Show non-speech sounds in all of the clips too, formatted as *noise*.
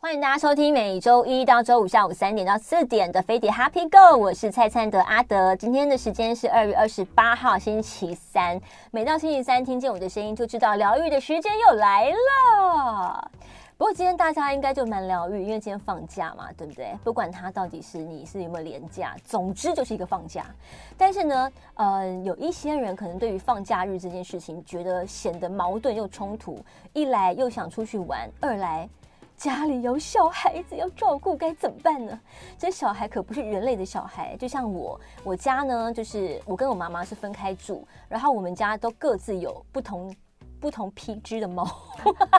欢迎大家收听每周一到周五下午三点到四点的飞碟 Happy Go，我是蔡灿德阿德。今天的时间是二月二十八号星期三，每到星期三听见我的声音就知道疗愈的时间又来了。不过今天大家应该就蛮疗愈，因为今天放假嘛，对不对？不管它到底是你是有没有连假，总之就是一个放假。但是呢，呃，有一些人可能对于放假日这件事情觉得显得矛盾又冲突，一来又想出去玩，二来。家里有小孩子要照顾，该怎么办呢？这小孩可不是人类的小孩，就像我，我家呢，就是我跟我妈妈是分开住，然后我们家都各自有不同不同批只的猫。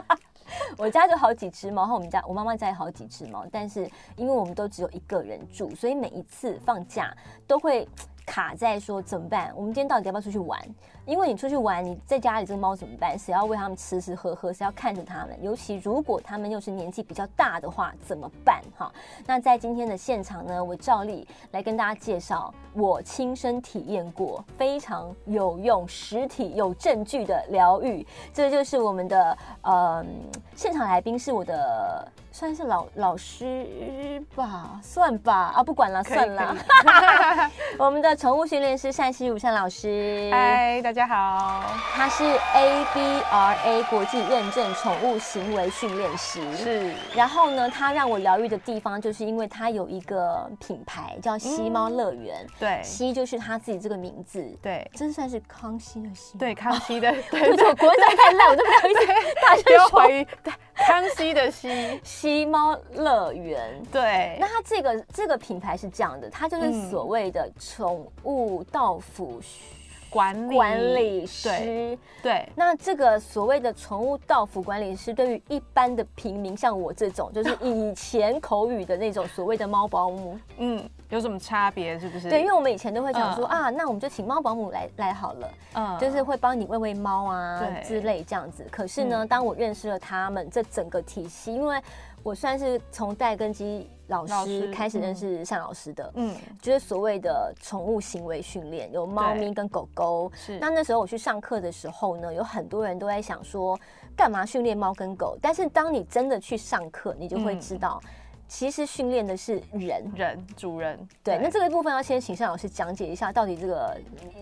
*laughs* 我家就好几只猫，然后我们家我妈妈家也好几只猫，但是因为我们都只有一个人住，所以每一次放假都会卡在说怎么办？我们今天到底要不要出去玩？因为你出去玩，你在家里这个猫怎么办？谁要喂它们吃吃喝喝？谁要看着它们？尤其如果它们又是年纪比较大的话，怎么办？哈，那在今天的现场呢，我照例来跟大家介绍我亲身体验过非常有用、实体有证据的疗愈。这就是我们的呃，现场来宾是我的算是老老师吧，算吧啊，不管了，可以算了。 *laughs* 我们的宠物训练师单熙如单老师，嗨，大家好，他是 ABRA 国际认证宠物行为训练师。。是然后呢，他让我疗愈的地方，就是因为他有一个品牌叫西猫乐园，嗯对西就是他自己这个名字，对真算是康熙的熙。，对，康熙的 *laughs* 对对不起，我国文讲得太烂，我都不好意 *laughs* 思大不要声怀说。疑，对康熙 *laughs* 的熙，西猫乐园，对那，它这个这个品牌是这样的，它就是嗯所谓的宠物到府管理管理嗯对师。对那这个所谓的宠物到府管理师，对于一般的平民，像我这种，就是以前口语的那种所谓的猫保姆，嗯，有什么差别是不是？对，因为我们以前都会讲说、嗯啊，那我们就请猫保姆来来好了，嗯就是会帮你喂喂猫啊对嗯之类这样子。可是呢，当我认识了他们这整个体系，因为我算是从戴根基老老师师开始认识单老师的，嗯就是所谓的宠物行为训练，有猫咪跟狗狗。是那那时候我去上课的时候呢，有很多人都在想说，干嘛训练猫跟狗？但是当你真的去上课，你就会嗯知道，其实训练的是人。人主人对，那这个部分要先请单老师讲解一下，到底这个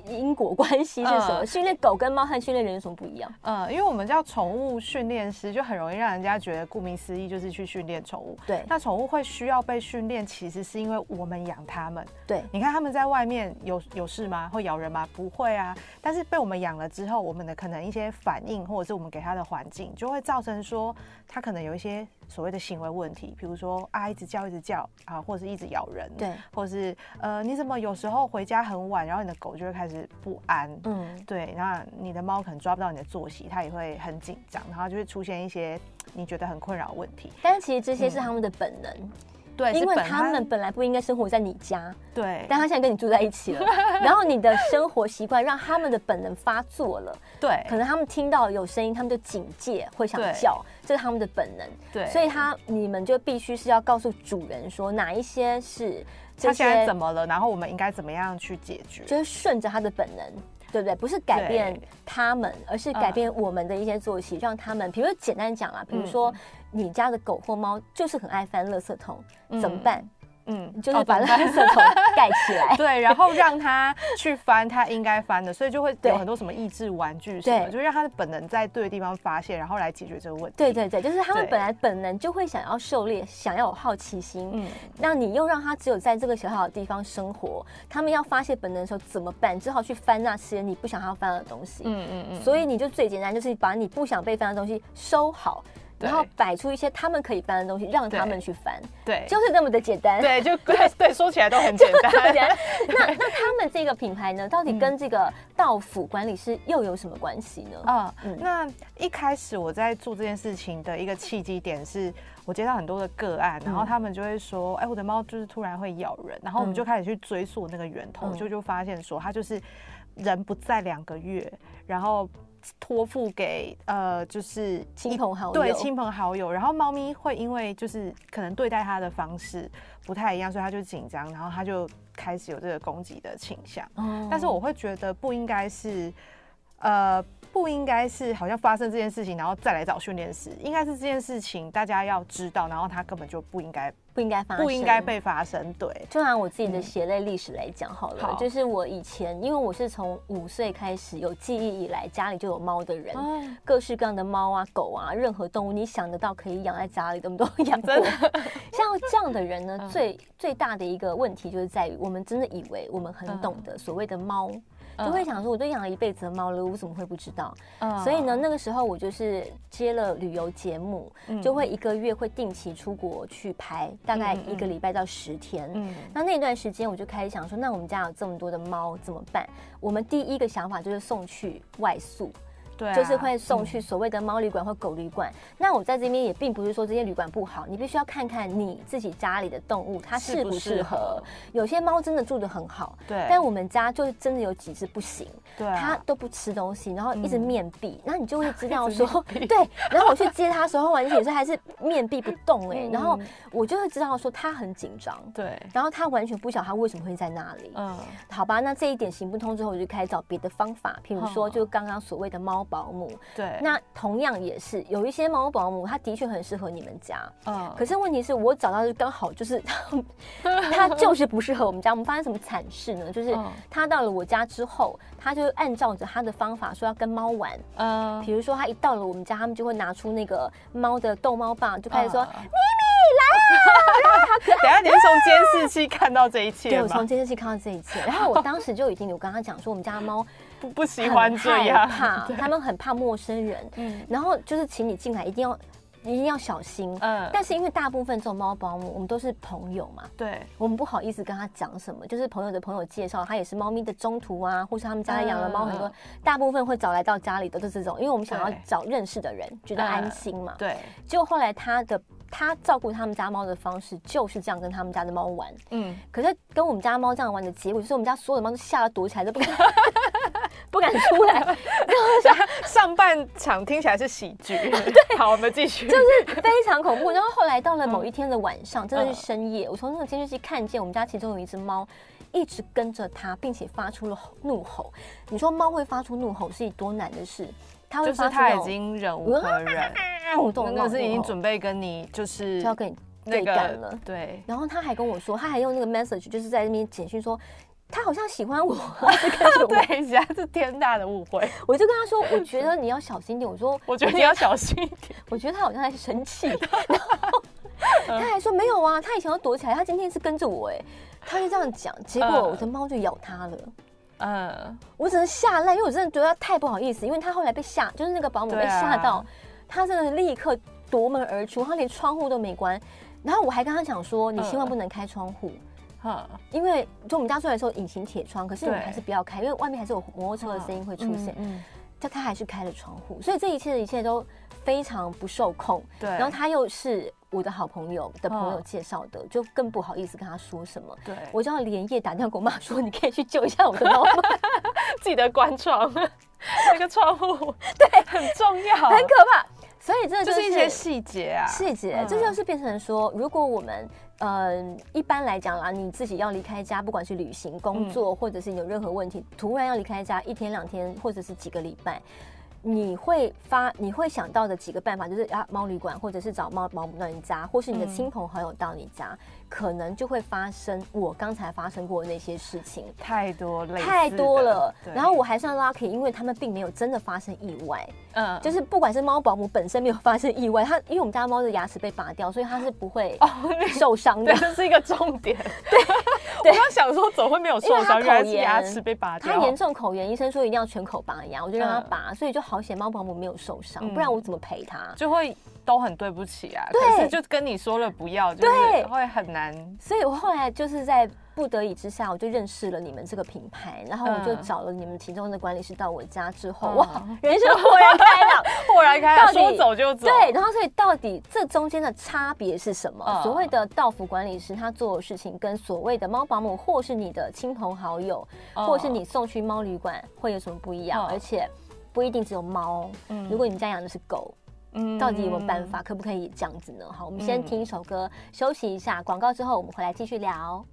因果关系是什么？嗯训练狗跟猫和训练人有什么不一样？呃，因为我们叫宠物训练师，就很容易让人家觉得顾名思义就是去训练宠物。对那宠物会需要被训练，其实是因为我们养它们。对，你看它们在外面有有事吗？会咬人吗？不会啊。但是被我们养了之后，我们的可能一些反应，或者是我们给它的环境，就会造成说它可能有一些所谓的行为问题，比如说啊一直叫一直叫啊，或者是一直咬人，对，或者是呃你怎么有时候回家很晚，然后你的狗就会开始不安，嗯，对，那你的猫可能抓不到你的作息，它也会很紧张，然后就会出现一些你觉得很困扰的问题。但是其实这些是他们的本能，对，因是为本他们本来不应该生活在你家，对但他现在跟你住在一起 *laughs* 了，然后你的生活习惯让他们的本能发作了，对可能他们听到有声音，他们就警戒，会想对叫，这是他们的本能。对，所以他你们就必须是要告诉主人说哪一些是这它现在些怎，么了？然后我们应该怎么样去解决？就是顺着他的本能。对不对？不是改变对他们，而是改变我们的一些作嗯息，让他们，比如简单讲啦，比如说你家的狗或猫就是很爱翻垃圾桶，怎么办？嗯你就哦是把怎么垃办圾桶盖起来。 *laughs* 对，然后让它去翻它应该翻的，所以就会对有很多什么益智玩具什么，对就让它的本能在对的地方发现，然后来解决这个问题。对对对，就是他们对本来本能就会想要狩猎，想要有好奇心。嗯嗯，那你又让他只有在这个小小的地方生活，他们要发泄本能的时候怎么办？只好去翻那些你不想要翻的东西。嗯，嗯嗯嗯，所以你就最简单，就是把你不想被翻的东西收好，对然后摆出一些他们可以翻的东西，让他对们去翻，对，就是那么的简单。嗯对，就 *laughs* 对对，说起来都很简 *laughs* 单。*laughs* 对不对。那那他们这个品牌呢，嗯到底跟这个道府管理师又有什么关系呢？啊、嗯那一开始我在做这件事情的一个契机点是，我接到很多的个案，然嗯后他们就会说，哎、我的猫就是突然会咬人，然后我们就开始去追溯那个源头，嗯就就发现说，它就是人不在两个月，然后托付给呃，就是亲朋好友对亲朋好友，然后猫咪会因为就是可能对待它的方式不太一样，所以它就紧张，然后它就开始有这个攻击的倾向。哦但是我会觉得不应该是。呃，不应该是好像发生这件事情，然后再来找训练师，应该是这件事情大家要知道，然后它根本就不应该不应该发生，不应该被发生。对，就拿我自己的血泪历史来讲好了，嗯好就是我以前，因为我是从五岁开始有记忆以来，家里就有猫的人，哦各式各样的猫啊、狗啊，任何动物你想得到可以养在家里的，我们都养过真。像这样的人呢，嗯最最大的一个问题就是在于，我们真的以为我们很懂嗯得所谓的猫，就会想说，我都养了一辈子的猫了，我怎么会不知道？嗯所以呢，那个时候我就是接了旅游节目，嗯就会一个月会定期出国去拍，大概一个礼拜到十天。嗯那那段时间我就开始想说，那我们家有这么多的猫怎么办？我们第一个想法就是送去外宿，对啊，就是会送去所谓的猫旅馆或狗旅馆。那我在这边也并不是说这些旅馆不好，你必须要看看你自己家里的动物它适适不不适适合合。有些猫真的住得很好，对但我们家就是真的有几只不行，对啊它都不吃东西，然后一直嗯面壁，那你就会知道 *laughs* 一直说，面壁对。然后我去接它的时候，完全是还是面壁不动 *laughs* 哎、嗯然后我就会知道说它很紧张，对，然后它完全不晓得它为什么会在那里。嗯好吧，那这一点行不通之后，我就开始找别的方法，譬如说，嗯就刚刚所谓的猫保姆。对，那同样也是有一些猫保姆，它的确很适合你们家，嗯可是问题是我找到的刚好就是 *laughs* 它，它就是不适合我们家。我们发生什么惨事呢？就是嗯它到了我家之后，它就按照着它的方法说要跟猫玩。 *laughs* 嗯比如说，它一到了我们家，他们就会拿出那个猫的逗猫棒，就开始说咪咪来，等一下你是从监视器看到这对一切我从吗？监视器看到这一切，然后我当时就已经有跟他讲说，我们家的猫不不喜很欢这样，害怕对他们很怕陌生人。嗯然后就是请你进来，一定要一定要小心。嗯但是因为大部分这种猫保姆，我们都是朋友嘛，对，我们不好意思跟他讲什么，就是朋友的朋友介绍，他也是猫咪的中途啊，或是他们家里养了猫很多，嗯大部分会找来到家里的都是这种，因为我们想要对找认识的人，觉得安心嘛。对，结果后来他的他照顾他们家猫的方式就是这样跟他们家的猫玩， *laughs* 嗯，可是跟我们家猫这样玩的结果，就是我们家所有的猫都吓得躲起来，都不敢 *laughs* 不敢出来， *laughs* 上半场听起来是喜 *laughs* 剧，对，好，我们继续，就是非常恐怖。然后后来到了某一天的晚上，真嗯的是深夜，我从那个监视器看见我们家其中有一只猫。一直跟着它，并且发出了吼怒吼。你说猫会发出怒吼是多难的事？它会就是发出他那已种经忍无可忍，我懂那个是已经准准备跟你就是就要跟你那对干个了。对，然后他还跟我说，他还用那个 message 就是在那边简讯说，他好像喜欢我，还是干 *laughs* 什么？对一下是天大的误会，我就跟他说，我觉得你要小心点。我说， *laughs* 我觉得你要小心一点，我觉得他好像在生气，然后嗯他还说没有啊，他以前都躲起来，他今天是跟着我哎，他就这样讲，结果嗯我的猫就咬他了。嗯，我只能吓烂，因为我真的觉得他太不好意思，因为他后来被吓，就是那个保姆被对啊吓到，他真的立刻夺门而出，他连窗户都没关，然后我还跟他讲说，你千嗯万不能开窗户，哈，因为就我们家住的时候隐形铁窗，可是你对还是不要开，因为外面还是有摩托车的声音会出现，嗯，但他还是开了窗户，所以这一切的一切都非常不受控。对然后他又是我的好朋友的朋友嗯介绍的，就更不好意思跟他说什么。对，我就要连夜打电话给我妈说，你可以去救一下我的猫 *laughs* 吗？记得关 *laughs* 窗，那个窗户， *laughs* 对，很重要，很可怕。所以这就就是一些是细节啊，细节，嗯这就是变成说，如果我们嗯、一般来讲啦，你自己要离开家，不管是旅行、工嗯作，或者是你有任何问题，突然要离开家一天两天，或者是几个礼拜。你会发，你会想到的几个办法就是啊，猫旅馆，或者是找猫保姆到你家，或是你的嗯亲朋好友到你家，可能就会发生我刚才发生过的那些事情。太多类似的太多了，对然后我还算 lucky，因为他们并没有真的发生意外，嗯就是不管是猫保姆本身没有发生意外，它因为我们家猫的牙齿被拔掉，所以它是不会哦，受伤的对，。这是一个重点。对，我刚想说怎么会没有因受为它伤，口原来是炎牙齿被拔掉。它严重口炎，医生说一定要全口拔牙，我就让它嗯拔，所以就好险猫保姆没有受伤，嗯不然我怎么赔它？就会都很对不起啊。对可是就跟你说了不要，就是对会很难。所以我后来就是在不得已之下，我就认识了你们这个品牌，然后我就嗯找了你们其中的管理师到我家之后，嗯哇， *laughs* 人生豁然开朗。豁然开朗，到底说走就走。对，，然后所以到底这中间的差别是什么？嗯所谓的道服管理师他做的事情，跟所谓的猫保姆或是你的亲朋好友，嗯或是你送去猫旅馆会有什么不一样？嗯而且不一定只有猫，嗯如果你们家养的是狗，嗯到底有没有办？法？可不可以这样子呢？好，我们先嗯听一首歌休息一下，广告之后我们回来继续聊。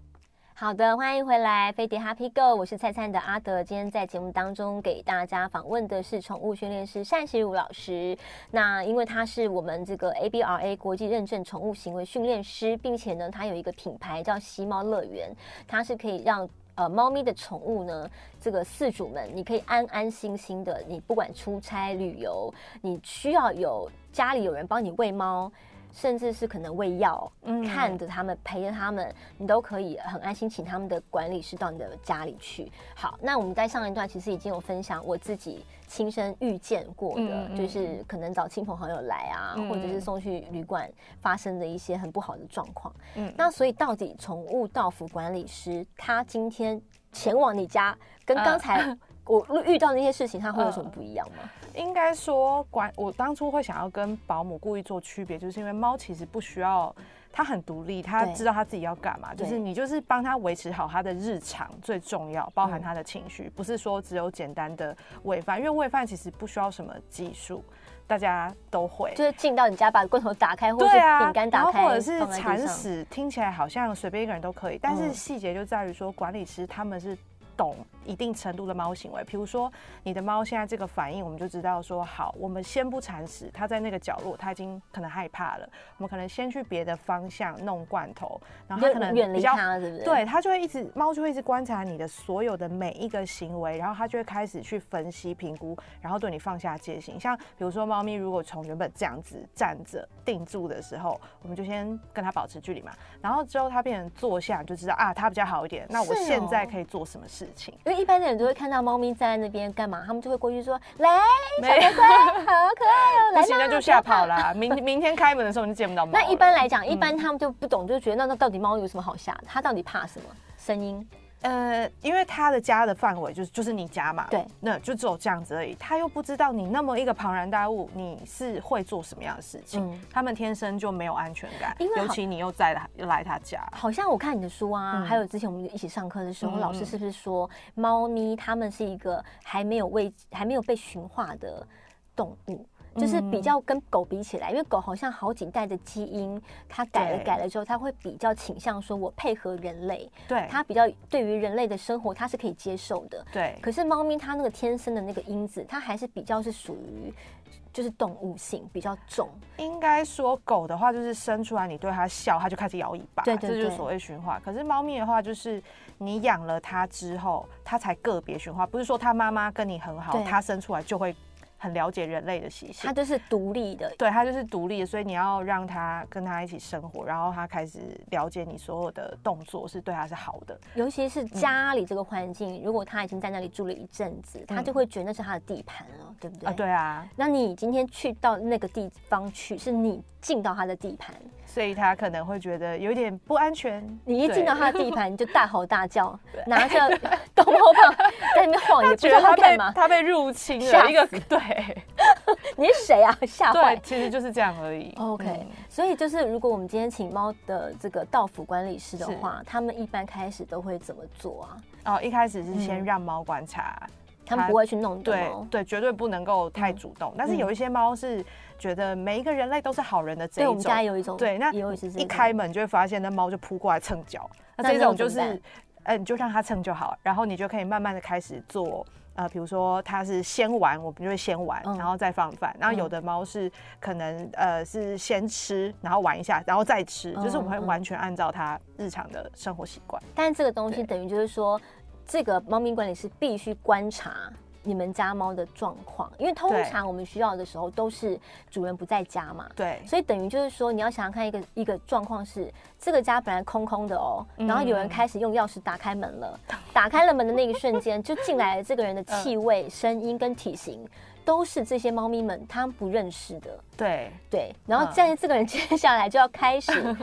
好的，欢迎回来，飞碟 Happy Go，我是菜菜的阿德。今天在节目当中给大家访问的是宠物训练师单喜儒老师。那因为他是我们这个 ABRA 国际认证宠物行为训练师，并且呢，他有一个品牌叫吸猫乐园，它是可以让呃，猫咪的宠物呢，这个饲主们，你可以安安心心的，你不管出差、旅游，你需要有家里有人帮你喂猫，甚至是可能喂药，嗯看着他们，陪着他们，你都可以很安心，请他们的管理师到你的家里去。好，那我们在上一段其实已经有分享我自己亲身遇见过的，嗯嗯就是可能找亲朋好友来啊，嗯或者是送去旅馆发生的一些很不好的状况。嗯那所以到底宠物到府管理师他今天前往你家，跟嗯刚才 *laughs* 我遇到那些事情，他会有什么不一样吗？应该说管我当初会想要跟保姆故意做区别，就是因为猫其实不需要。它很独立，它对知道它自己要干嘛，就对是你就是帮它维持好它的日常最重要，包含嗯它的情绪，不是说只有简单的喂饭，因为喂饭其实不需要什么技术，大家都会。就是进到你家把罐头打开，或者对啊，饼干然打后开，或者是放在地铲上屎，听起来好像随便一个人都可以，但是嗯细节就在于说管理师他们是。懂一定程度的猫行为，比如说你的猫现在这个反应，我们就知道说好，我们先不铲屎，它在那个角落，它已经可能害怕了，我们可能先去别的方向弄罐头，然后它可能就远比离较它，对不对？对，它就会一直猫就会一直观察你的所有的每一个行为，然后它就会开始去分析评估，然后对你放下戒心。像比如说，猫咪如果从原本这样子站着定住的时候，我们就先跟它保持距离嘛，然后之后它变成坐下，你就知道啊，它比较好一点。那我是现在哦可以做什么事情？因为一般的人都会看到猫咪站在那边干嘛，他们就会过去说：“来，没小乖乖， *laughs* 好可爱哦，不哎来行，啦那就吓跑嗯啦。明 *laughs* 明天开门的时候你就见不到猫了。那一般来讲，一般他们就不懂，就觉得那那到底猫有什么好吓的？它到底怕什么？声音？呃，因为他的家的范围就是就是你家嘛，对，那就只有这样子而已。他又不知道你那么一个庞然大物，你是会做什么样的事情。嗯他们天生就没有安全感，因为好尤其你又在他来他家，好像我看你的书啊，嗯还有之前我们一起上课的时候，嗯老师是不是说猫咪它们是一个还没有未还没有被驯化的动物？就是嗯比较跟狗比起来，因为狗好像好几代的基因，它改了对改了之后，它会比较倾向说我配合人类，对，它比较对于人类的生活它是可以接受的。对，可是猫咪它那个天生的那个因子，它还是比较是属于就是动物性比较重。应该说狗的话就是生出来你对它笑，它就开始摇尾巴，对对这就是对所谓驯化。可是猫咪的话，就是你养了它之后，它才个别驯化，不是说它妈妈跟你很好对，它生出来就会很了解人类的习性它。就是独立的，对，它就是独立的，所以你要让它跟它一起生活，然后它开始了解你所有的动作是对它是好的。尤其嗯是家里这个环境，如果它已经在那里住了一阵子，它就会觉得那是它的地盘了，对不对？嗯啊，。对啊，那你今天去到那个地方去，是你进到它的地盘，所以它可能会觉得有点不安全。你一对进到它的地盘你就大吼大叫， *laughs* 拿着逗猫棒 *laughs* 在那边晃，也不觉知得道它它被干嘛。它被入侵吓死了一个，对你是谁啊？吓坏对，！其实就是这样而已。 OK，、嗯所以就是如果我们今天请猫的这个到府管理师的话，他们一般开始都会怎么做啊？哦，一开始是嗯先让猫观察，他们它不会去弄你的对猫，对，绝对不能够太嗯主动。但是嗯有一些猫是觉得每一个人类都是好人的这一我种们，家有一种，对，那也有是这一种开门就会发现那猫就扑过来蹭脚，那那这那种种就怎么是，呃，你就让它蹭就好，然后你就可以慢慢的开始做。呃，比如说它是先玩，我们就会先玩，嗯然后再放饭。然后有的猫是可能呃是先吃，然后玩一下，然后再吃，就是我们会嗯嗯完全按照它日常的生活习惯。但这个东西对等于就是说，这个猫咪管理师必须观察你们家猫的状况，因为通对常我们需要的时候都是主人不在家嘛。对，所以等于就是说，你要想想看一个一个状况是，这个家本来空空的哦，然后有嗯人开始用钥匙打开门了，打开了门的那一瞬间，就进来了这个 *laughs* 人的嗯气味、声音跟体型，都是这些猫咪们它们不认识的，对，对。然后嗯在这个人接下来就要开始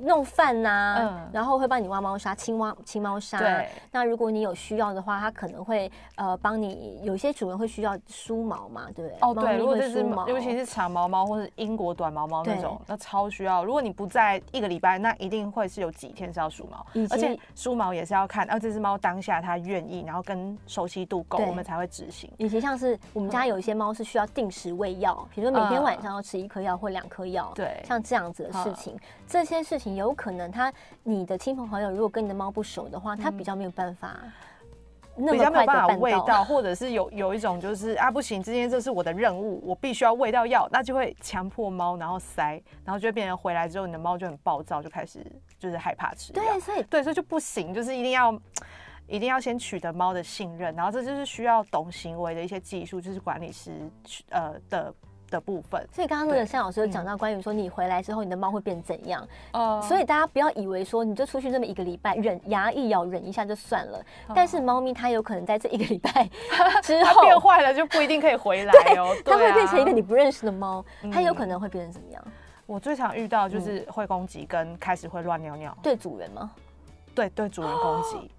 弄饭呐、嗯然后会帮你挖猫砂、清挖清猫砂。对那如果你有需要的话，它可能会呃帮你，有些主人会需要梳毛嘛，对不对？哦，猫咪对，如果会这只梳猫，毛，尤其是长毛猫或是英国短毛猫那对种，那超需要。如果你不在一个礼拜，那一定会是有几天是要梳毛以，而且及梳毛也是要看，啊，这只猫当下它愿意，然后跟熟悉度够，对我们才会执行。以及像是我们家有一些猫是需要定时喂药，比如说每天晚上要吃一颗药或两颗药，嗯对像这样子的事情，这些事情情，有可能他你的亲朋好友如果跟你的猫不熟的话，他比较没有办法那嗯比么较没快的有办法办喂到。到，或者是有有一种就是啊不行，今天这是我的任务，我必须要喂到药，那就会强迫猫，然后塞，然后就会变成回来之后你的猫就很暴躁，就开始就是害怕吃药。对，所以对，所以就不行，就是一定要一定要先取得猫的信任，然后这就是需要懂行为的一些技术，就是管理师呃的的部分。所以刚刚那个对向老师有嗯讲到关于说你回来之后你的猫会变怎样，哦所以大家不要以为说你就出去这么一个礼拜忍牙一咬忍一下就算了，但是猫咪它有可能在这一个礼拜 *laughs* 之哦它变后，坏了就不一定可以回来哦，它对会变成一个啊你不认识的猫，它有嗯可能会变成怎么样？我最常遇到嗯就是会攻击跟开始会乱尿尿，对主人吗？对对主人攻哦击，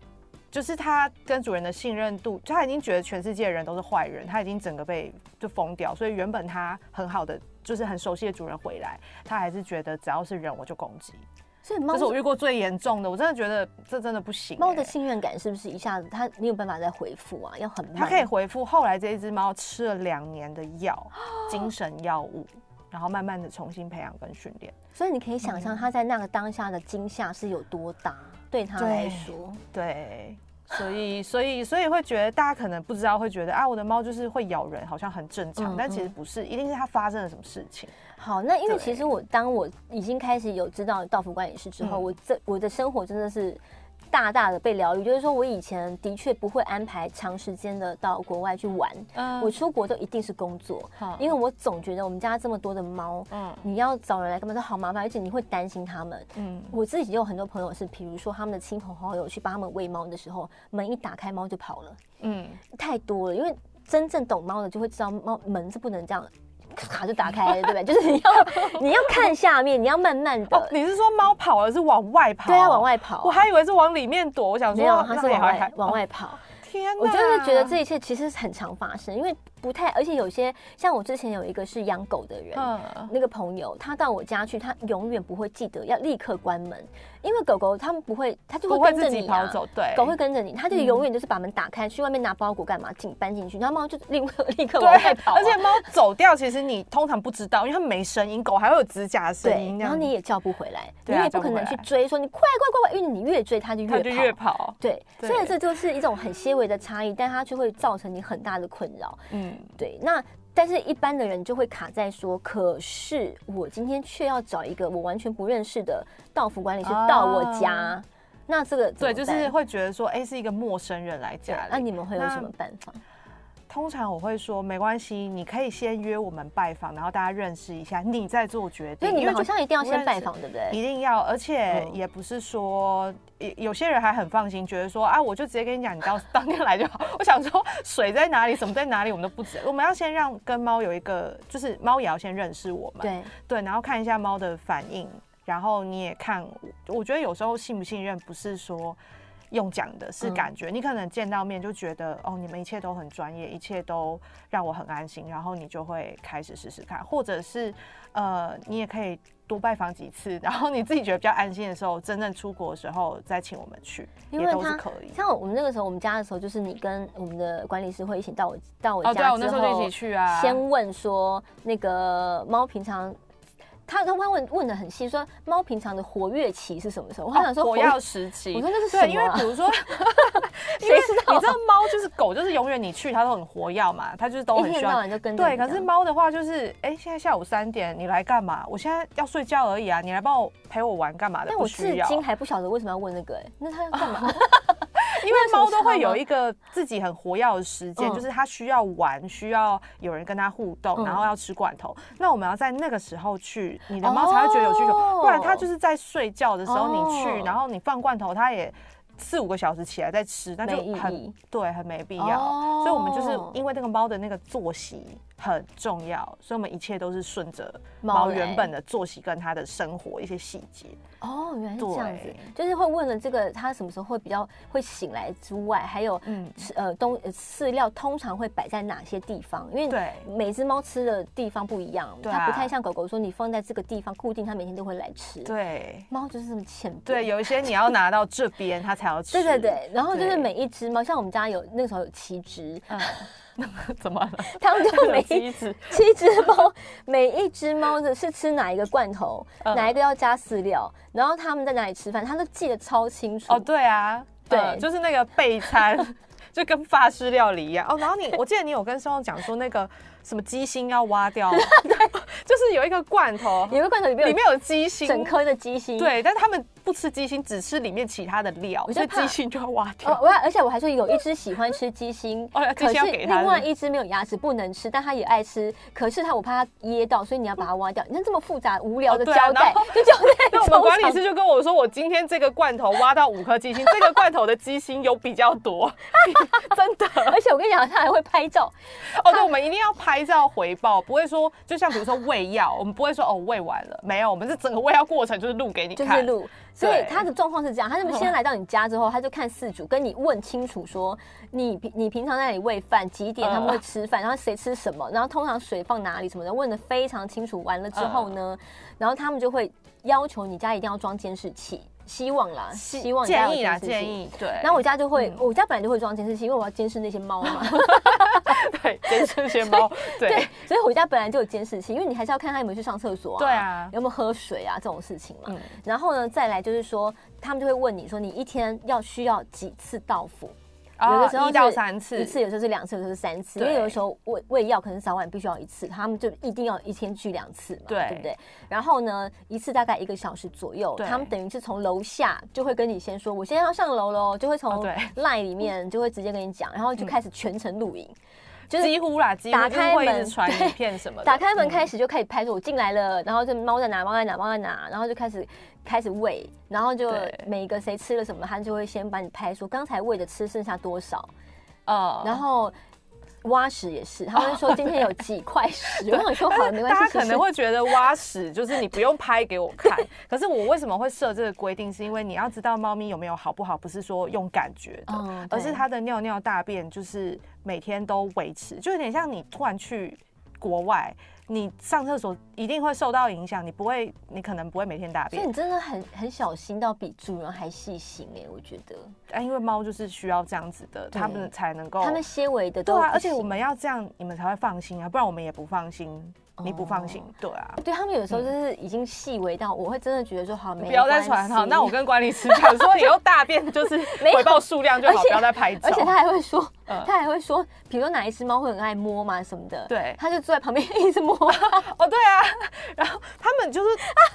就是它跟主人的信任度，它已经觉得全世界的人都是坏人，它已经整个被就疯掉，所以原本它很好的就是很熟悉的主人回来，它还是觉得只要是人我就攻击，所以猫这是我遇过最严重的，我真的觉得这真的不行、猫的欸信任感是不是一下子它没有办法再回复啊？要很慢。它可以回复。后来这一只猫吃了两年的 *gasps* 药，精神药物，然后慢慢的重新培养跟训练。所以你可以想嗯象它在那个当下的惊吓是有多大，对它来对说，对，所以所以所以会觉得大家可能不知道，会觉得啊，我的猫就是会咬人，好像很正常，嗯但其实不是，一定是它发生了什么事情。好，那因为对其实我当我已经开始有知道道服管理师之后，嗯我这我的生活真的是大大的被疗愈。就是说我以前的确不会安排长时间的到国外去玩，嗯我出国都一定是工作，因为我总觉得我们家这么多的猫，嗯你要找人来干嘛都好麻烦，而且你会担心它们。嗯我自己也有很多朋友是，比如说他们的亲朋好友去帮他们喂猫的时候，门一打开猫就跑了，嗯，太多了。因为真正懂猫的就会知道，猫门是不能这样卡就打开的，对不对？就是你 *laughs* 要你要看下面，你要慢慢的，哦，你是说猫跑了是往外跑？对啊，往。外跑。我还以为是往里面躲，我想说没有，它那是也往还外还往哦啊外跑。天哪！我就是觉得这一切其实很常发生，因为不太，而且有些像我之前有一个是养狗的人，嗯那个朋友，他到我家去，他永远不会记得要立刻关门，因为狗狗它们不会，它就 *laughs* 不会会跟着自己你、跑啊。走，对，狗会跟着你，它就嗯永远就是把门打开，去外面拿包裹干嘛，进搬进去，然后猫就立 *laughs* 刻立刻对往外跑啊、而且猫走掉，其实你通常不知道，因为它没声音，狗还会有指甲的声对音，，然后你也叫不回来，对你啊也不叫不可能回去来追说你快快快快，因为你越追它就越它跑。就越跑，对，对所以这就是一种很些微的差异，但它就会造成你很大的困扰。嗯，对，那但是一般的人就会卡在说，可是我今天却要找一个我完全不认识的道服管理师哦到我家，那这个怎对，么就是办会觉得说，哎、是一个陌生人来对家那里。你们会有什那么办法？通常我会说，没关系，你可以先约我们拜访，然后大家认识一下，你再做决所定。以你因为们就好像一定要不先认拜识访，对不对？一定要，而且嗯也不是说，有有些人还很放心，觉得说啊，我就直接跟你讲，你到 *laughs* 当天来就好。我想说，水在哪里，什么在哪里，我们都不知。我们要先让跟猫有一个，就是猫也要先认识我们。对，对，然后看一下猫的反应，然后你也看，我我觉得有时候信不信任不是说用讲的，是嗯感觉。你可能见到面就觉得哦，你们一切都很专业，一切都让我很安心，然后你就会开始试试看，或者是呃，你也可以多拜访几次，然后你自己觉得比较安心的时候，真正出国的时候再请我们去，因也为都是他可以。像我们那个时候，我们家的时候，就是你跟我们的管理师会一起到我到我家哦，之对后，啊，我那时候就一起去啊。先问说那个猫平常。他他问问的很细，说猫平常的活跃期是什么时候？我还想说火跃药时哦期，我说 *laughs* 那是什对，因么为啊比如说，因谁为知道啊你知道猫就是狗，就是永远你去它都很活跃嘛，它就是都一很天喜到欢。晚就跟着对，你这可样。是猫的话就是，哎、现在下午三点，你来干嘛？我现在要睡觉而已啊，你来帮我陪我玩干嘛的？但不我至需要，啊今还不晓得为什么要问那个、欸，那他要干 *laughs* 嘛？因为什么猫都差会有吗一个自己很活跃的时间，嗯就是它需要玩，需要有人跟它互动，嗯然后要吃罐头。那我们要在那个时候去，你的猫才会觉得有需求，哦不然它就是在睡觉的时候你去，哦然后你放罐头，它也。四五个小时起来再吃，那就没意义很对，很没必要。哦所以，我们就是因为那个猫的那个作息很重要，所以我们一切都是顺着猫猫来原本的作息跟它的生活一些细节。哦，原来是对这样子，就是会问了这个他什么时候会比较会醒来之外，还有嗯，吃呃东呃饲料通常会摆在哪些地方？因为对，每只猫吃的地方不一样，对它不啊太像狗狗说你放在这个地方固定，它每天都会来吃。对。猫就是这么浅薄。对，有一些你要拿到这边，它才要吃。对对对，然后就是对每一只猫，像我们家有那时候有七只， *laughs* 嗯，怎 *laughs* 么了？他们就每有一机子，七只猫，每一只猫的是吃哪一个罐头，嗯哪一个要加饲料，然后它们在哪里吃饭，它都记得超清楚。哦，对啊， *laughs* 对嗯就是那个备餐， *laughs* 就跟法式料理一样。哦，然后你，我记得你有跟松松讲说那个什么鸡心要 *laughs* 挖掉， *laughs* 就是有一个罐头，有一个罐头里面里有面有鸡心，整颗的鸡心。。对，但他们不吃鸡心，只吃里面其他的料，我就所以怕鸡心就要挖哦，掉。，我还而且我还说有一只喜欢吃鸡心 *laughs* 哦鸡可心是要给它另外是不一只没有牙齿不能吃，但它也爱吃。可是它我怕它噎到，所以你要把它挖掉。你看这么复杂无聊的哦对胶啊带然后，就胶带 *laughs* 那抽长。我们管理师就跟我说，我今天这个罐头挖到五颗鸡心，这个罐头的鸡心有比较多，真的。 *laughs* 而且我跟你讲，它还会拍照， *laughs* 哦，对，我们一定要拍照回报，不会说就像比如说喂药，我们不会说哦喂完了没有，我们是整个喂药过程就是录给你就看，是录。所以对嗯他的状况是这样，他是不是先来到你家之后，他就看四主跟你问清楚说，你平你平常在哪里喂饭，几点嗯他们会吃饭，然后谁吃什么，然后通常水放哪里什么的，问的非常清楚。完了之后呢，嗯然后他们就会要求你家一定要装监视器，希望啦，希望你家建有议啦，啊监视建器。议对。嗯然后我家就会，我家本来就会装监视器，因为我要监视那些猫嘛。 *laughs* 对监视些猫，*laughs* 对对，所以我家本来就有监视器，因为你还是要看他有没有去上厕所啊，对啊有没有喝水啊这种事情嘛。嗯然后呢，再来就是说，他们就会问你说，你一天要需要几次到府？哦有的时候一到是三次一次有时候是两次，有时候是三次，因为对有的时候喂喂药可能早晚必须要一次，他们就一定要一天去两次嘛，对不对？然后呢，一次大概一个小时左右，对他们等于是从楼下就会跟你先说，我现在要上楼喽，就会从哦对嗯 line 里面就会直接跟你讲，然后就开始全程录影，就是几乎啦，几乎打就是开会一门直传对影片什么的，打开门嗯开始就开始拍说，我进来了，然后就猫在哪，猫在哪，猫在哪，然后就开始开始喂，然后就对每个谁吃了什么，他就会先帮你拍说刚才喂的吃剩下多少，哦然后挖屎也是，他们说今天有几块 *laughs* 屎，我想说好了没关系，大家可其实能会觉得挖屎就是你不用拍给我看， *laughs* 可是我为什么会设这个规定，是因为你要知道猫咪有没有好不好，不是说用感觉的，嗯对而是它的尿尿大便就是每天都维持，就有点像你突然去国外。你上厕所一定会受到影响，你不会，你可能不会每天大所以便你，真的很很小心到比主人还细心哎、我觉得但因为猫就是需要这样子的，对它们才能够。他们纤维的哦对都啊，不而且我行们要这样，你们才会放心啊，不然我们也不放心，你不放哦心，对啊。对他们有时候就是已经细微到，我会真的觉得说好没不要再传关哈，系那我跟管理师 *laughs* 讲说，以后大便就是没有回报数量就好，而且不要再拍照。而且他还会说， *laughs* 嗯他还会说，比如说哪一只猫会很爱摸嘛什么的，对他就坐在旁边 *laughs* 一直摸，哦，对啊， *laughs* 然后他们就是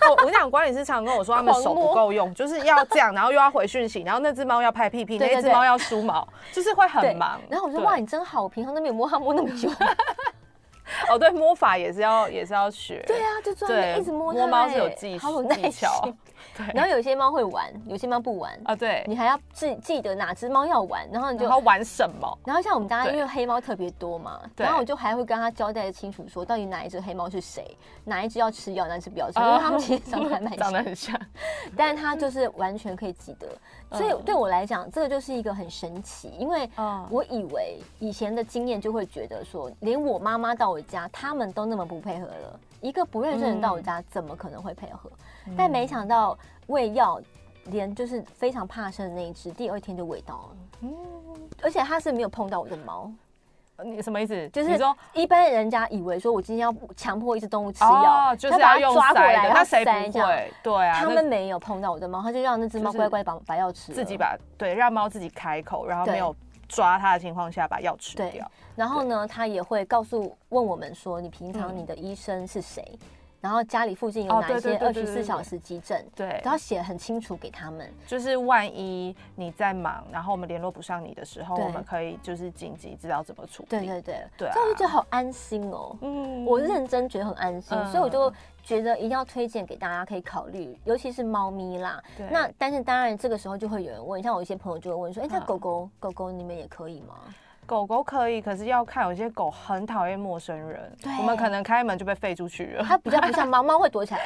我，我跟你讲，管理师常跟我 *laughs* 说，他们狂摸手不够用，就是要这样，然后又要回讯息，然后那只猫要拍屁屁，对对那只对猫要梳毛，就是会很忙。然后我说对哇，你真好，我平常都没有摸它摸那么 *laughs* 久。哦，对，摸法也是要也是要学。对啊，就坐在那边对一直摸它、摸猫是有哎技好有术耐技巧 *laughs* 啊心。对然后有些猫会玩，有些猫不玩，啊，对，你还要记记得哪只猫要玩，然后你就然。后玩什么？然后像我们家，对因为黑猫特别多嘛，对然后我就还会跟他交代清楚，说到底哪一只黑猫是谁，哪一只要吃药，哪一只不要吃，因为它们其实 *laughs* 长得还蛮像哦 *laughs* 长得很像。但他就是完全可以记得，所以嗯对我来讲，这个就是一个很神奇，因为嗯我以为以前的经验就会觉得说，连我妈妈到我家，他们都那么不配合了，一个不认识的人到嗯我家，怎么可能会配合？但没想到喂药，连就是非常怕生的那一只，第二天就喂到了，嗯而且它是没有碰到我的毛，你什么意思？就是你说一般人家以为说我今天要强迫一只动物吃药，哦，就是要把要它用抓过塞来，然的，后那谁塞不这样会？对啊，他那们没有碰到我的猫，他就让那只猫就是乖乖把把药吃了，自己把对让猫自己开口，然后对没有抓它的情况下把药吃对掉。。然后呢，他也会告诉问我们说，你平常嗯你的医生是谁，然后家里附近有哦哪对一对些对二对十对四对小时急诊，对都，要写很清楚给他们。就是万一你在忙，然后我们联络不上你的时候，对我们可以就是紧急知道怎么处理。对对对，对啊这样就觉得好安心哦。嗯我认真觉得很安心，嗯所以我就觉得一定要推荐给大家可以考虑，尤其是猫咪啦对。那但是当然这个时候就会有人问，像我一些朋友就会问说，哎，那嗯狗狗狗狗你们也可以吗？狗狗可以，可是要看有些狗很讨厌陌生人对，我们可能开门就被吠出去了。它比较不像猫，猫会躲起来，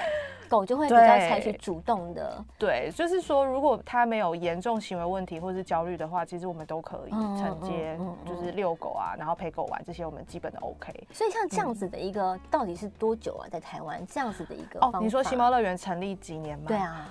狗就会比较对采取主动的。 *laughs* 对，就是说，如果它没有严重行为问题或是焦虑的话，其实我们都可以嗯承接嗯嗯，嗯就是遛狗啊，然后陪狗玩这些，我们基本都 OK。所以像这样子的一个，到底是多久啊？在台湾这样子的一个哦方，法你说新？猫乐园成立几年吗？对，啊，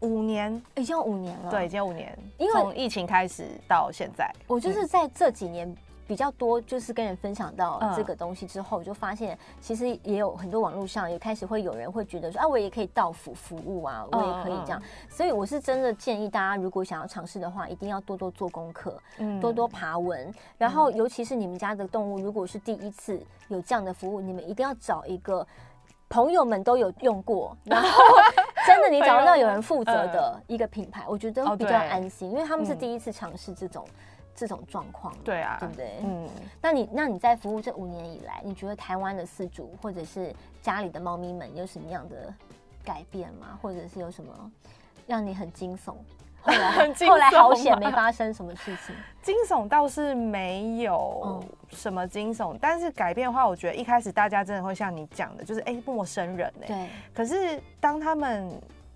五年，已经有五年了。对，已，经有五年，因为从疫情开始到现在，我就是在这几年。比较多就是跟人分享到嗯这个东西之后，我就发现其实也有很多网络上也开始会有人会觉得说啊，我也可以到府服务啊，我也可以这嗯样。所以我是真的建议大家，如果想要尝试的话，一定要多多做功课，嗯多多爬文。然后，尤其是你们家的动物，如果是第一次有这样的服务，你们一定要找一个朋友们都有用过，然 *laughs* 后真的你找得到有人负责的一个品牌，我觉得嗯哦比较对安心，因为他们是嗯第一次尝试这种这种状况嘛，对啊，对不对？嗯，那你那你在服务这五年以来，你觉得台湾的饲主或者是家里的猫咪们有什么样的改变吗？或者是有什么让你很惊悚？后来 *laughs* 很惊后来悚啊好险吗没发生什么事 *laughs* 情。惊悚倒是没有嗯什么惊悚，但是改变的话，我觉得一开始大家真的会像你讲的，就是哎、陌生人哎、对，可是当他们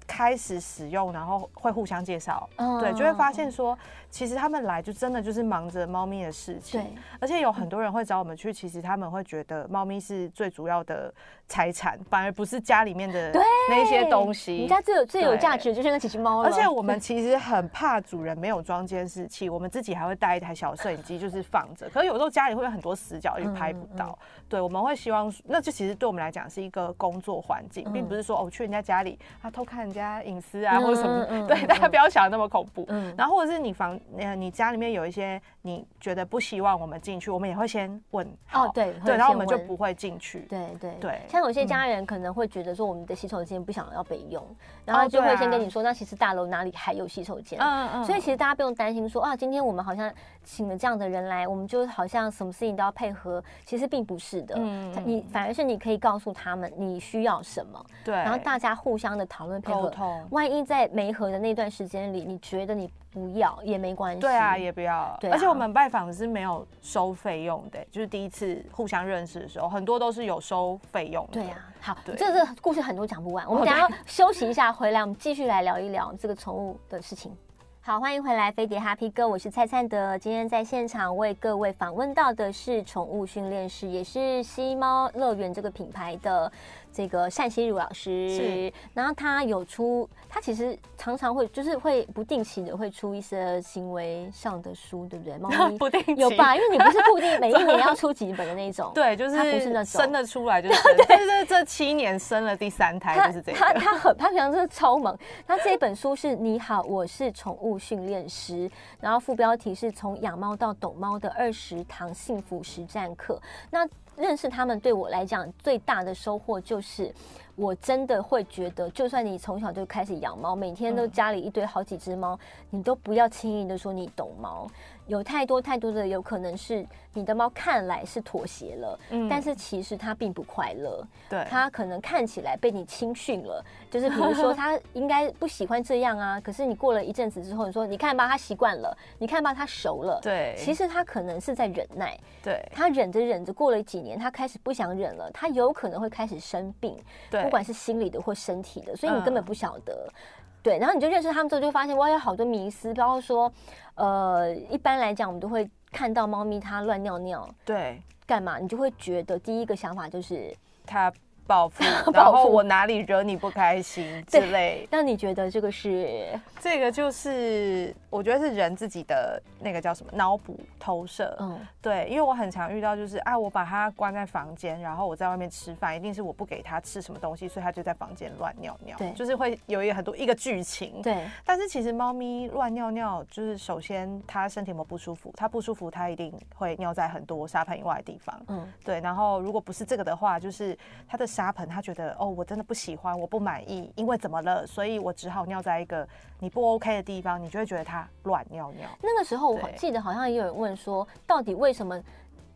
开始使用，然后会互相介绍。嗯对，就会发现说，其实他们来就真的就是忙着猫咪的事情，对，而且有很多人会找我们去，其实他们会觉得猫咪是最主要的财产，反而不是家里面的那些东你西。家最有最有对价值的就是那几只猫哦了。而且我们其实很怕主人没有装监视器，我们自己还会带一台小摄影机，就是放着。可是有时候家里会有很多死角，也嗯拍不到。对，我们会希望，那就其实对我们来讲是一个工作环境，并不是说哦去人家家里啊偷看人家隐私啊嗯或者什嗯嗯么。嗯对，大家不要想得那么恐怖。嗯然后或者是你房呃你家里面有一些你觉得不希望我们进去，我们也会先问好。哦对会对，然先后我们就问不会进去。对对对嗯像有些家人可能会觉得说我们的洗手间不想要被用，然后就对会啊先跟你说，那其实大楼哪里还有洗手间？嗯嗯所以其实大家不用担心说啊，今天我们好像请了这样的人来，我们就好像什么事情都要配合，其实并不是的。嗯嗯你反而是你可以告诉他们你需要什么，对，然后大家互相的讨论配沟合。通。万一在没合的那段时间里，你觉得你不要也没关系。对啊，也不要。对啊而且我们拜访是没有收费用的、就是第一次互相认识的时候，很多都是有收费用的。对啊，好，对哦这个故事很多讲不完，我们等一下休息一下，回来我们继续来聊一聊这个宠物的事情。好，欢迎回来，飞碟哈皮哥，我是蔡灿德。今天在现场为各位访问到的是宠物训练师，也是西猫乐园这个品牌的这个单熙如老师是。然后他有出，他其实常常会就是会不定期的会出一些行为上的书，对不对？猫咪 *laughs* 不定期有吧？因为你不是固定每一年要出几本的那种， *laughs* 对，就它不是那是种生得出来就是 *laughs* 生，对这这七年生了第三胎他就是这他个。他很他平常真的超忙。他这一本书是《你好，我是宠物训练师》，然后副标题是从养猫到懂猫的二十堂幸福实战课。那认识他们对我来讲最大的收获就是。我真的会觉得，就算你从小就开始养猫，每天都嗯家里一堆好几只猫，你都不要轻易的说你懂猫。有太多太多的有可能是你的猫看来是妥协了，嗯但是其实它并不快乐。对，他可能看起来被你轻训了，就是比如 *laughs* 说他应该不喜欢这样啊，可是你过了一阵子之后，你说你看吧，他习惯了，你看吧，他熟了。对其实他可能是在忍耐，对他忍着忍着，过了几年，他开始不想忍了，他有可能会开始生病，对，不管是心理的或身体的，所以你嗯根本不晓得。对，然后你就认识他们之后，就会发现哇，有好多迷思，包括说，呃，一般来讲，我们都会看到猫咪它乱尿尿对干嘛，你就会觉得第一个想法就是，他报复 *laughs* 然报后复我哪里惹你不开心之对类。那你觉得这个是这个就是我觉得是人自己的那个叫什么脑补投射，嗯对，因为我很常遇到就是啊，我把它关在房间，然后我在外面吃饭，一定是我不给它吃什么东西，所以它就在房间乱尿尿，对就是会有一个很多一个剧情，。对但是其实猫咪乱尿尿，就是首先它身体有没有不舒服，它不舒服它一定会尿在很多沙盆以外的地方，嗯对，然后如果不是这个的话，就是他的沙盆，他觉得哦，我真的不喜欢，我不满意，因为怎么了，所以我只好尿在一个你不 OK 的地方，你就会觉得他乱尿尿。那个时候我好对记得好像也有人问说，到底为什么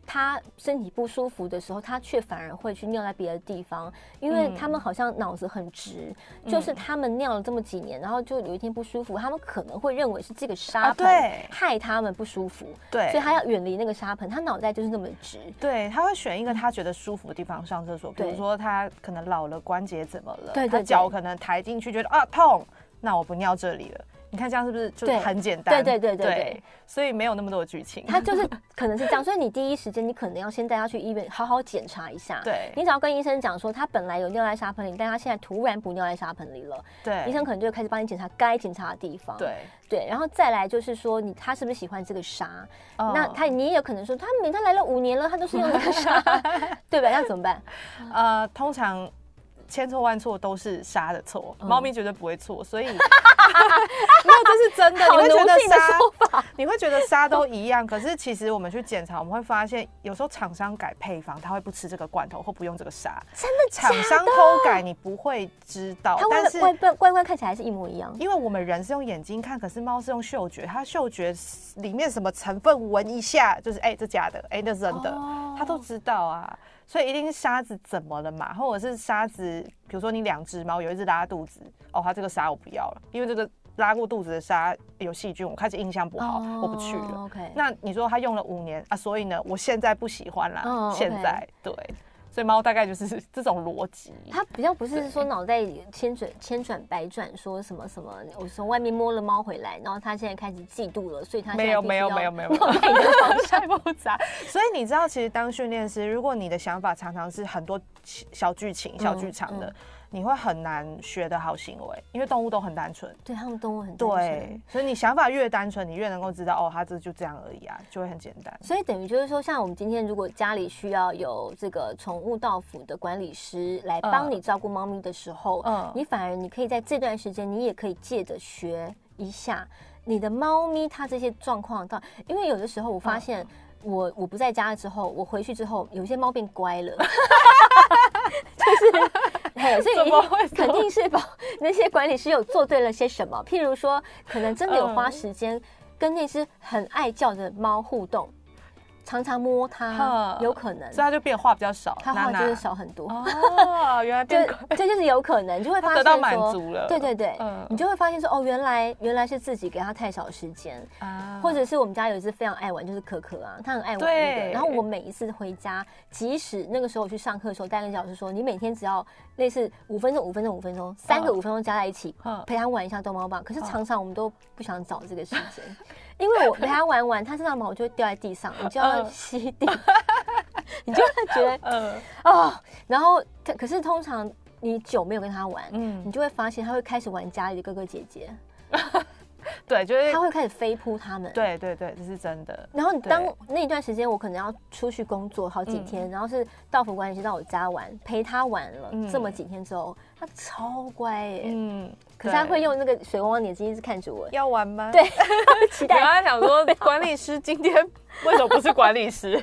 他身体不舒服的时候，他却反而会去尿在别的地方？因为嗯他们好像脑子很直，就是他们尿了这么几年，然后就有一天不舒服，他们可能会认为是这个沙啊盆、对害他们不舒服，对所以他要远离那个沙盆，他脑袋就是那么 *laughs* 直。对，他会选一个他觉得舒服的地方上厕所，比对如说他可能老了关节怎么了，对对他对脚可能抬进去觉得啊痛，那我不尿这里了。你看这样是不是就对很简单？对对对对对所以没有那么多的剧情。他就是可能是这样，所以你第一时间你可能要先带他去医院好好检查一下。对你只要跟医生讲说他本来有尿在沙盆里，但他现在突然不尿在沙盆里了，对医生可能就会开始帮你检查该检查的地方。对，对，然后再来就是说你他是不是喜欢这个沙？那嗯他你也有可能说他每他来了五年了，他都是用这个 *laughs* 沙，对吧？那怎么办？呃，通常千错万错都是沙的错，嗯猫、咪绝对不会错，所以 *laughs* 没有这是真的。你好会觉奴得性的沙，说法。你会觉得沙都一样，可是其实我们去检查，我们会发现有时候厂商改配方，他会不吃这个罐头或不用这个沙，真的假厂的？商偷改你不会知道他，但外是。外外外观看起来还是一模一样。因为我们人是用眼睛看，可是猫是用嗅觉，它嗅觉里面什么成分闻一下，就是哎、这假的，哎、那是真的。哦他都知道啊，所以一定是沙子怎么了嘛，或者是沙子，比如说你两只猫有一只拉肚子，哦，它这个沙我不要了，因为这个拉过肚子的沙有细菌，我开始印象不好，我不去了。哦 OK，那你说它用了五年啊，所以呢，我现在不喜欢啦，哦，OK 现在对，所以猫大概就是这种逻辑。他比较不是说脑袋里千转千转百转，说什么什么，我从外面摸了猫回来，然后他现在开始嫉妒了，所以他没有没有没有没有没有没 *laughs* 有太复杂，所以你知道，其实当训练师，如果你的想法常常是很多小小剧情、小剧场的，嗯你会很难学得好行为，因为动物都很单纯。 *laughs* 对他们动物很单纯对，所以你想法越单纯，你越能够知道哦，他这就这样而已啊，就会很简单。所以等于就是说，像我们今天如果家里需要有这个宠物到府的管理师来帮嗯你照顾猫咪的时候，嗯你反而你可以在这段时间，你也可以借着学一下你的猫咪它这些状况到，因为有的时候我嗯发现我、我不在家之后，我回去之后有些猫变乖 *laughs* 了，就是。嘿，所以怎么会一定肯定是把那些管理师有做对了些什么，譬如说，可能真的有花嗯时间跟那只很爱叫的猫互动，常常摸它呵，有可能所以，他就变话比较少，它娜话嗯就是娜少很多。哦，原来就变 *laughs* 乖这就是有可能，就会发他现得到满说足了对对对，嗯你就会发现说，哦，原来原来是自己给它太少时间，啊或者是我们家有一只非常爱玩，就是可可啊，它很爱玩那个。对然后我每一次回家，即使那个时候我去上课的时候，戴跟老师说，你每天只要类似五分钟、五分钟、五分钟，三个嗯五分钟加在一起，嗯陪他玩一下逗猫棒。可是常常我们都不想找这个时 *laughs* 间，因为我陪他玩完，他身上毛就会掉在地上，你就要 *laughs* 嗯吸地，你就会觉得嗯哦，然后可可是通常你久没有跟他玩，你嗯，就会发现他会开始玩家里的哥哥姐姐，对，就是他会开始飞扑他们。对对对，这是真的。然后你对当那一段时间，我可能要出去工作好几天，然后是到府管理师到我家玩，陪他玩了、嗯这么几天之后，他超乖耶、嗯，可是他对会用那个水汪汪眼睛一直看着我，要玩吗？对，期 *laughs* 我待刚才 *laughs* 想说，管理师今天为什么不是管理师？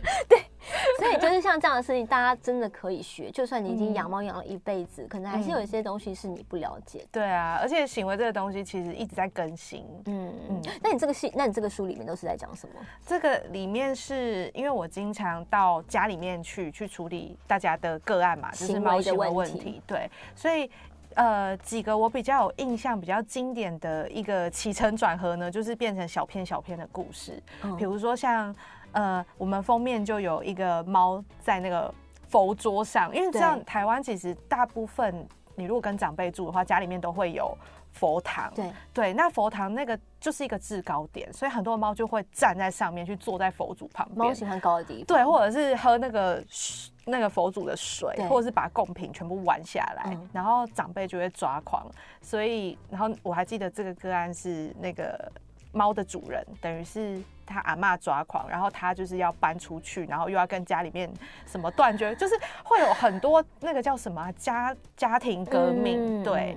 所以就是像这样的事情，大家真的可以学。就算你已经嗯养猫养了一辈子，可能还是有一些东西是你不了解的。对啊，而且行为这个东西其实一直在更新。嗯嗯。那你这个戏，那你这个书里面都是在讲什么？这个里面是因为我经常到家里面去去处理大家的个案嘛，就是行猫为的行为问问题题，对，所以。呃，几个我比较有印象、比较经典的一个起承转合呢，就是变成小篇小篇的故事。嗯比如说像呃，我们封面就有一个猫在那个佛桌上，因为这样对台湾其实大部分你如果跟长辈住的话，家里面都会有佛堂。对，对，那佛堂那个就是一个制高点，所以很多猫就会站在上面去坐在佛祖旁猫边，喜欢高的地方。对，或者是喝那个水那个佛祖的水对，或者是把贡品全部玩下来，嗯然后长辈就会抓狂。所以，然后我还记得这个个案是那个猫的主人，等于是。他阿嬷抓狂，然后他就是要搬出去，然后又要跟家里面什么断绝，就是会有很多那个叫什么啊家家庭革命，嗯对，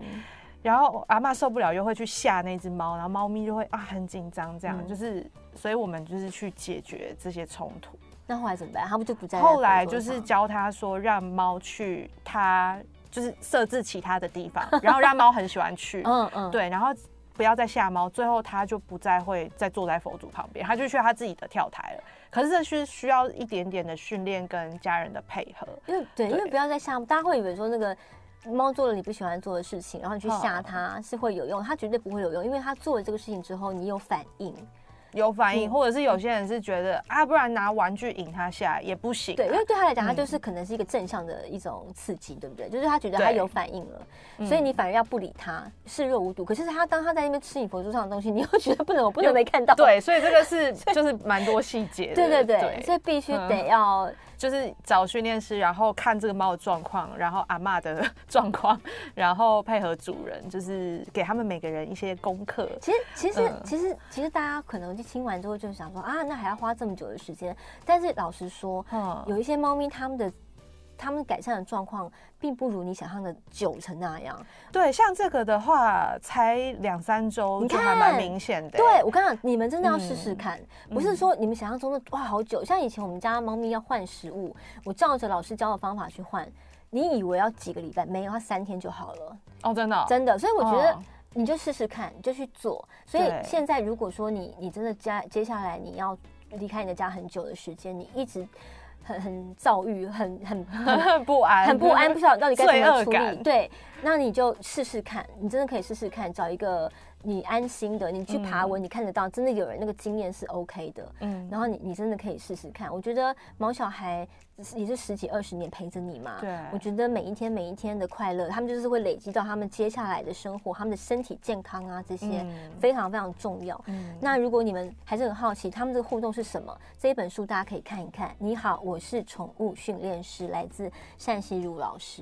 然后阿嬷受不了，又会去吓那只猫，然后猫咪就会啊很紧张，这样、嗯就是，所以我们就是去解决这些冲突。那后来怎么办？他们就不在那个工后作上。来就是教他说，让猫去它就是设置其他的 *laughs* 地方，然后让猫很喜欢去，嗯嗯，对，然后不要再吓猫，最后它就不再会再坐在佛祖旁边，它就去它自己的跳台了。可是这是需要一点点的训练跟家人的配合，因为对，因对为不要再吓，大家会以为说那个猫做了你不喜欢做的事情，然后你去吓它是会有用，它绝对不会有用，因为它做了这个事情之后，你有反应，有反应，嗯或者是有些人是觉得啊，不然拿玩具引他下来也不行啊、对，因为对他来讲，他嗯就是可能是一个正向的一种刺激，对不对？就是他觉得他对嗯有反应了，所以你反而要不理他，视若无睹。可是他当他在那边吃你佛珠上的东西，你又觉得不能，我不能没看到。对，所以这 *laughs* 个是就是蛮多细节的。对对对，所以必须嗯得要就是找训练师，然后看这个猫的状况，然后阿嬷的状况，然后配合主人，就是给他们每个人一些功课。其实，其实，嗯其实，其实大家可能就听完之后就想说啊，那还要花这么久的时间。但是老实说，嗯，有一些猫咪它们的它们改善的状况，并不如你想象的九成那样。对，像这个的话，才两三周你就还蛮看明显的。欸对我跟你讲，你们真的要试试看，不是嗯说你们想象中的哇好久。像以前我们家猫咪要换食物，我照着老师教的方法去换。你以为要几个礼拜？没有，它三天就好了，哦，真的哦，真的。所以我觉得哦 *laughs* 你就试试看，你就去做。所以对现在如果说你你真的接接下来你要离开你的家很久的时间，你一直很很躁郁，很很 *laughs* 很不安，很不安，不知道到底该怎罪么恶处理。感对，那你就试试看，你真的可以试试看，找一个你安心的，你去爬文，你看得到，真的有人那个经验是 OK 的。嗯，然后你你真的可以试试看，我觉得毛小孩也是十几二十年陪着你嘛，对我觉得每一天每一天的快乐，他们就是会累积到他们接下来的生活，他们的身体健康啊这些、嗯非常非常重要。嗯那如果你们还是很好奇他们的互动是什么，这一本书大家可以看一看。你好，我是宠物训练师，来自单熙如老师。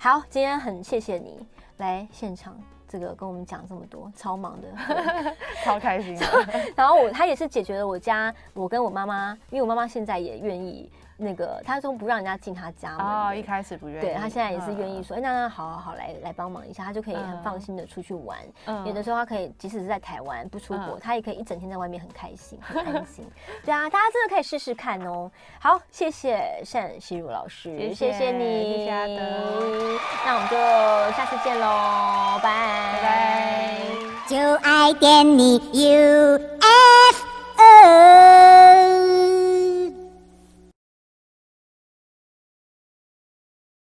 好，今天很谢谢你来现场。这个跟我们讲这么多，超忙 *laughs* 的。 *laughs* 超 *laughs* 开心的。然后我他也是解决了我家，我跟我妈妈，因为我妈妈现在也愿意那个，她说不让人家进她家门的啊、一开始不愿意，对她现在也是愿嗯意说，哎、那那好好好，来来帮忙一下，她就可以很嗯放心的出去玩。嗯有的时候她可以，即使是在台湾不出国，嗯她也可以一整天在外面很开心，很安心。对啊，大家真的可以试试看哦。好，谢谢单熙如老师，谢谢谢你，谢谢阿德那我们就下次见喽，拜拜拜就爱点你 UFO。